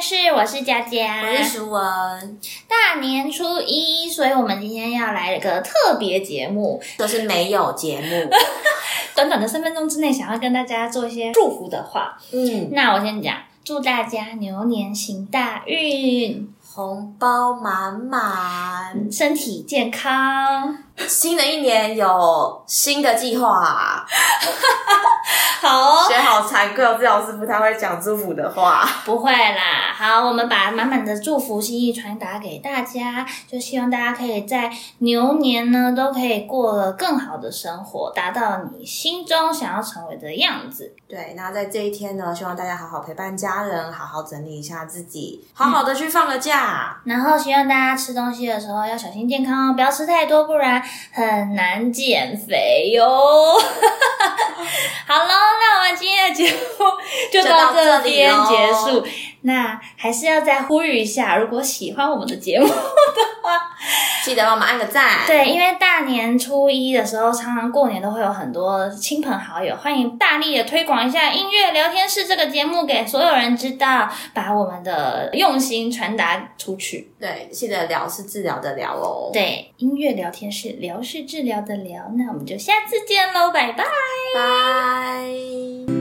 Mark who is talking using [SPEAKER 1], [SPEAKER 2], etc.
[SPEAKER 1] 事，我是佳佳，
[SPEAKER 2] 我是舒文，
[SPEAKER 1] 大年初一，所以我们今天要来个特别节目，
[SPEAKER 2] 就是没有节目。
[SPEAKER 1] 短短的三分钟之内，想要跟大家做一些祝福的话。
[SPEAKER 2] 嗯，
[SPEAKER 1] 那我先讲，祝大家牛年行大运，
[SPEAKER 2] 红包满满，
[SPEAKER 1] 身体健康。
[SPEAKER 2] 新的一年有新的计划。
[SPEAKER 1] 好哦、
[SPEAKER 2] 学好惭愧，哦，志老师不太会讲祝福的话。
[SPEAKER 1] 不会啦，好，我们把满满的祝福心意传达给大家，就希望大家可以在牛年呢都可以过了更好的生活，达到你心中想要成为的样子。
[SPEAKER 2] 对，那在这一天呢，希望大家好好陪伴家人，好好整理一下自己，好
[SPEAKER 1] 嗯
[SPEAKER 2] 好的去放个假。
[SPEAKER 1] 然后希望大家吃东西的时候要小心健康哦，不要吃太多，不然很难减肥哟。 好喽，那我们今天的节目就到这边
[SPEAKER 2] 就到这里
[SPEAKER 1] 结
[SPEAKER 2] 咯
[SPEAKER 1] 束。那还是要再呼吁一下，如果喜欢我们 的节目，
[SPEAKER 2] 记得帮我们按个赞。，
[SPEAKER 1] 对，因为大年初一的时候，常常过年都会有很多亲朋好友，欢迎大力的推广一下音乐聊天室这个节目给所有人知道，把我们的用心传达出去。
[SPEAKER 2] 对，记得聊是治疗的聊哦。，
[SPEAKER 1] 对，音乐聊天室聊是治疗的聊，那我们就下次见喽，拜拜。
[SPEAKER 2] 拜。